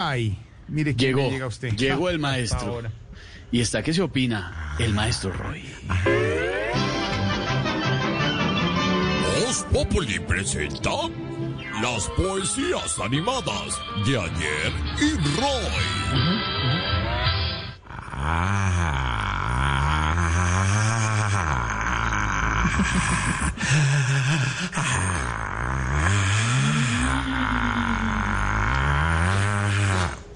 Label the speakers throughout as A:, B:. A: Ay, mire quién
B: Llegó,
A: me llega usted. Ah,
B: llegó el maestro.
A: Ahora. Ah.
B: Y está que se opina el maestro Roy.
C: Voz Populi presenta las poesías animadas de ayer y Roy.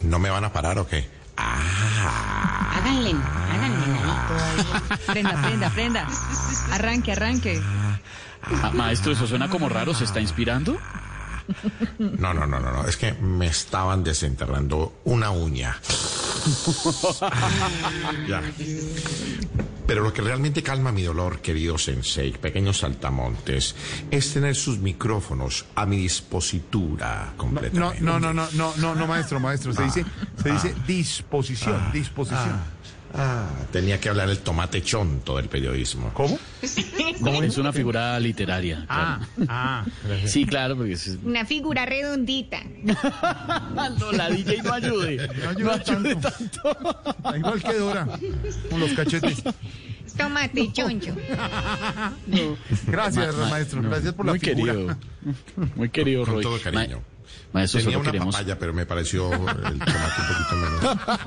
D: ¿No me van a parar o qué?
E: Háganle, háganle. ¿no?
F: Prenda, prenda, prenda. Arranque, arranque.
B: Ah, maestro, eso suena como raro, ¿se está inspirando?
D: No, no, no, no, no. Es que me estaban desenterrando una uña. ya. Pero lo que realmente calma mi dolor, querido Sensei, pequeños saltamontes, es tener sus micrófonos a mi dispositura
A: No,
D: completamente.
A: no, no, no, no, no, no, maestro, maestro. Se dice, se dice
B: Ah.
A: disposición, disposición.
D: Ah, tenía que hablar el tomate chonto del periodismo.
A: ¿Cómo?
B: Es una figura literaria. claro.
A: ah.
B: Sí, claro, porque es...
E: Una figura redondita.
B: No, la DJ no ayude.
A: ayuda tanto. Ah. Igual que Dora, con los cachetes.
E: Tomate, choncho.
A: Gracias,
B: Ma- ma-
A: maestro.
B: no,
A: Gracias por la
B: muy
A: figura.
B: Querido, muy querido,
D: Con
B: Roy.
D: todo cariño.
B: maestro,
D: Tenía
B: solo
D: una
B: queremos...
D: papaya, pero me pareció el tomate un poquito menos.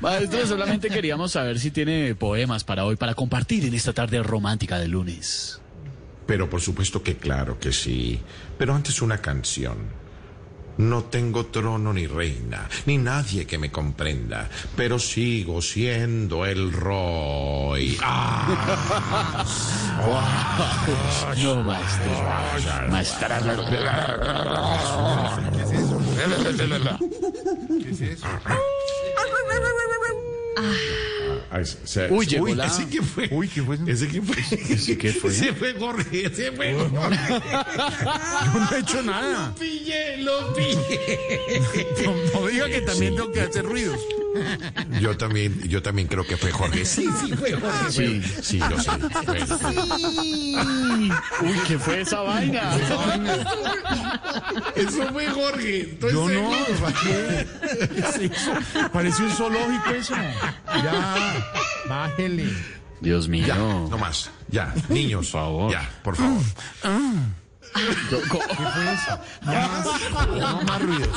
B: Maestro, solamente queríamos saber si tiene poemas para hoy, para compartir en esta tarde romántica de lunes.
D: Pero por supuesto que claro que sí. Pero antes una canción. No tengo trono ni reina, ni nadie que me comprenda, pero sigo siendo el Roy. ¡Ah!
B: No, maestro. Maestro.
A: ¿Qué es eso?
D: Ay, Ah, se-
B: Uy, llegó
D: uy,
B: la-
D: ese que fue.
A: Uy, ¿qué fue eso?
D: Ese que fue. Mm. Ese
B: que fue.
D: Ese fue Oh, Gorri, ese fue Gorri.
A: No he hecho nada.
D: Lo pillé, lo pillé.
A: No, no diga que también tengo que hacer ruidos.
D: Yo también, yo también creo que fue Jorge. Sí, sí, fue Jorge. Sí, sí, yo sé. Fue-
B: Uy, ¿qué fue esa vaina?
D: Eso fue Jorge. Estoy
A: Yo no,
D: seguro.
A: ¿para qué? ¿Qué es eso? Parece un zoológico eso. Ya, bájele.
B: Dios mío.
D: Ya, no más. Ya, niños, por favor. Ya, por favor. Ah.
B: Co- co-
A: No más ruidos.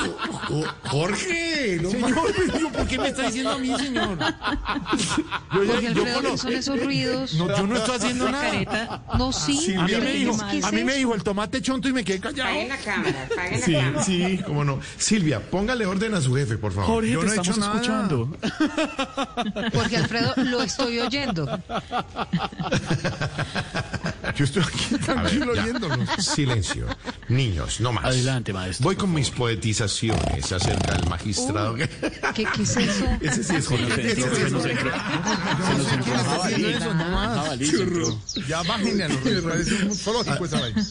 D: Oh, Jorge, no
A: Señor, pero yo, ¿por qué me está diciendo a mí, señor? Yo, ya-
F: Jorge
A: yo
F: Alfredo, ¿qué
A: conozco.
F: son esos ruidos?
A: No, yo no estoy haciendo
F: La
A: nada.
F: careta. No, sí.
A: A mí,
F: pero
A: me
F: ¿qué
A: dijo,
F: es que es
A: a mí me
F: eso?
A: dijo el tomate chonto y me quedé callado.
E: la cámara, apaguen la
D: Sí, sí, cómo no. Silvia, póngale orden a su jefe, por favor.
B: Jorge,
A: Yo
B: te
A: no he
B: estamos
A: hecho nada.
B: escuchando.
F: Jorge Alfredo, lo estoy oyendo.
A: Yo estoy aquí
D: A ver,
A: tranquilo
D: ya.
A: oyéndonos.
D: Silencio. Niños, no más.
B: Adelante, maestro,
D: Voy con mis poetizaciones acerca del magistrado.
F: ¿Qué, qué es eso?
D: Ese sí es Jorge. Ese sí es Jorge.
A: Yo no sé quién está haciendo eso, no más.
B: Ah, Churro.
A: Ya bájenle a los ruidos. Parece un zoológico esa vaina.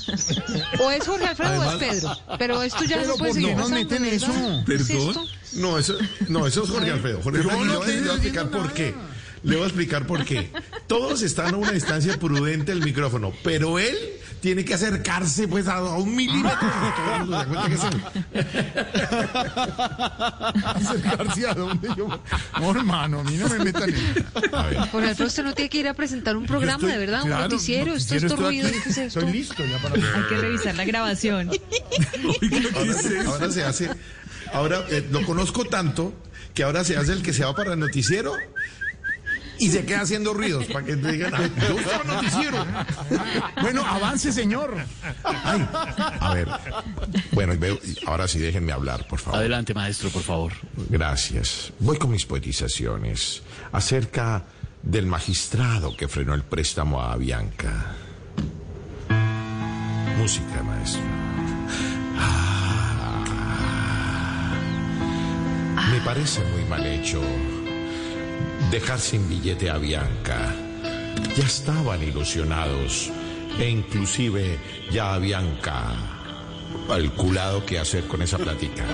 F: O es Jorge Alfredo o es Pedro. Pero esto ya no
A: Pero ¿por
F: puede
A: qué
F: seguir
A: nos
F: pasando,
A: meten
F: ¿verdad?
A: eso?
F: ¿Qué es esto?
D: Perdón. No, eso, no, eso es Jorge Alfredo. Jorge
A: Yo
D: Alfredo,
A: no
D: le voy a-
A: te
D: le voy a
A: estoy
D: explicar
A: diciendo
D: por qué. Le voy a explicar por qué. Todos están a una distancia prudente del micrófono, pero él tiene que acercarse pues a a un milímetro. Todo el mundo se da cuenta que es él.
A: Acercarse a donde yo. No, hermano, a mí no me metan en.
D: A ver,
F: Jorge Alfredo, usted no tiene que ir a presentar un
A: Yo
F: programa,
A: estoy-
F: de verdad,
A: claro,
F: un noticiero, esto,
A: noticiero,
F: estos
A: estoy
F: ruidos,
A: aquí.
F: ¿qué es esto?
A: Estoy listo ya para.
F: Hay que revisar la grabación.
D: ahora, ahora se hace, ahora eh, lo conozco tanto que ahora se hace el que se va para el noticiero y se queda haciendo ruidos para que te digan, "Ah, yo estaba en noticiero.
A: Bueno, avance, señor.
D: Ay, a ver, bueno, y veo- y ahora sí déjenme hablar, por favor.
B: Adelante, maestro, por favor.
D: Gracias. Voy con mis poetizaciones acerca del magistrado que frenó el préstamo a Bianca. Música, maestro. Ah. Me parece muy mal hecho dejar sin billete a Bianca. Ya estaban ilusionados e inclusive ya a Bianca calculado qué hacer con esa plática.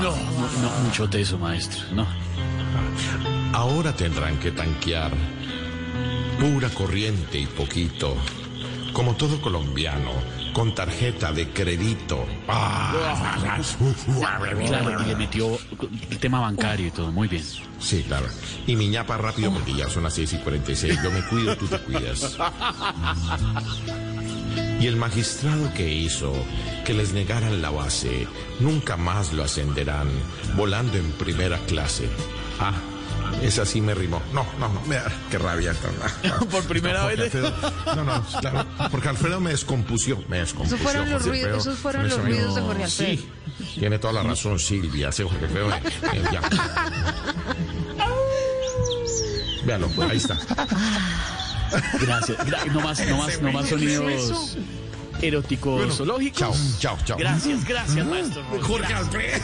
B: No, no, no, mucho teso, maestro. No.
D: Ahora tendrán que tanquear pura corriente y poquito, como todo colombiano, con tarjeta de crédito. Ah,
B: Claro, y le metió el tema bancario y todo, muy bien.
D: sí, claro. Y mi ñapa rápido porque ya son las 6 y 46. Yo me cuido, tú te cuidas. Y el magistrado que hizo que les negaran la base, nunca más lo ascenderán, volando en primera clase. Ah, esa sí me rimó. No, no, no, me da- qué rabia.
B: Por primera
D: porque
B: vez.
D: Alfredo- no, no, claro, porque Alfredo me descompusió, me descompusió.
F: Esos fueron los
D: Jorge
F: ruidos-
D: Alfredo.
F: esos fueron
D: Me
F: los
D: sonó-
F: ruidos de Jorge Alfredo.
D: Sí, tiene toda la razón Silvia, sí, Jorge Alfredo. eh, eh, ya. Véalo, pues, ahí está.
B: Gracias. Gra- No más, no más, no más sonidos eróticos
D: Bueno,
B: zoológicos.
D: chao, chao, chao.
B: Gracias, gracias, maestro. Jorge.
D: Jorge Alfredo.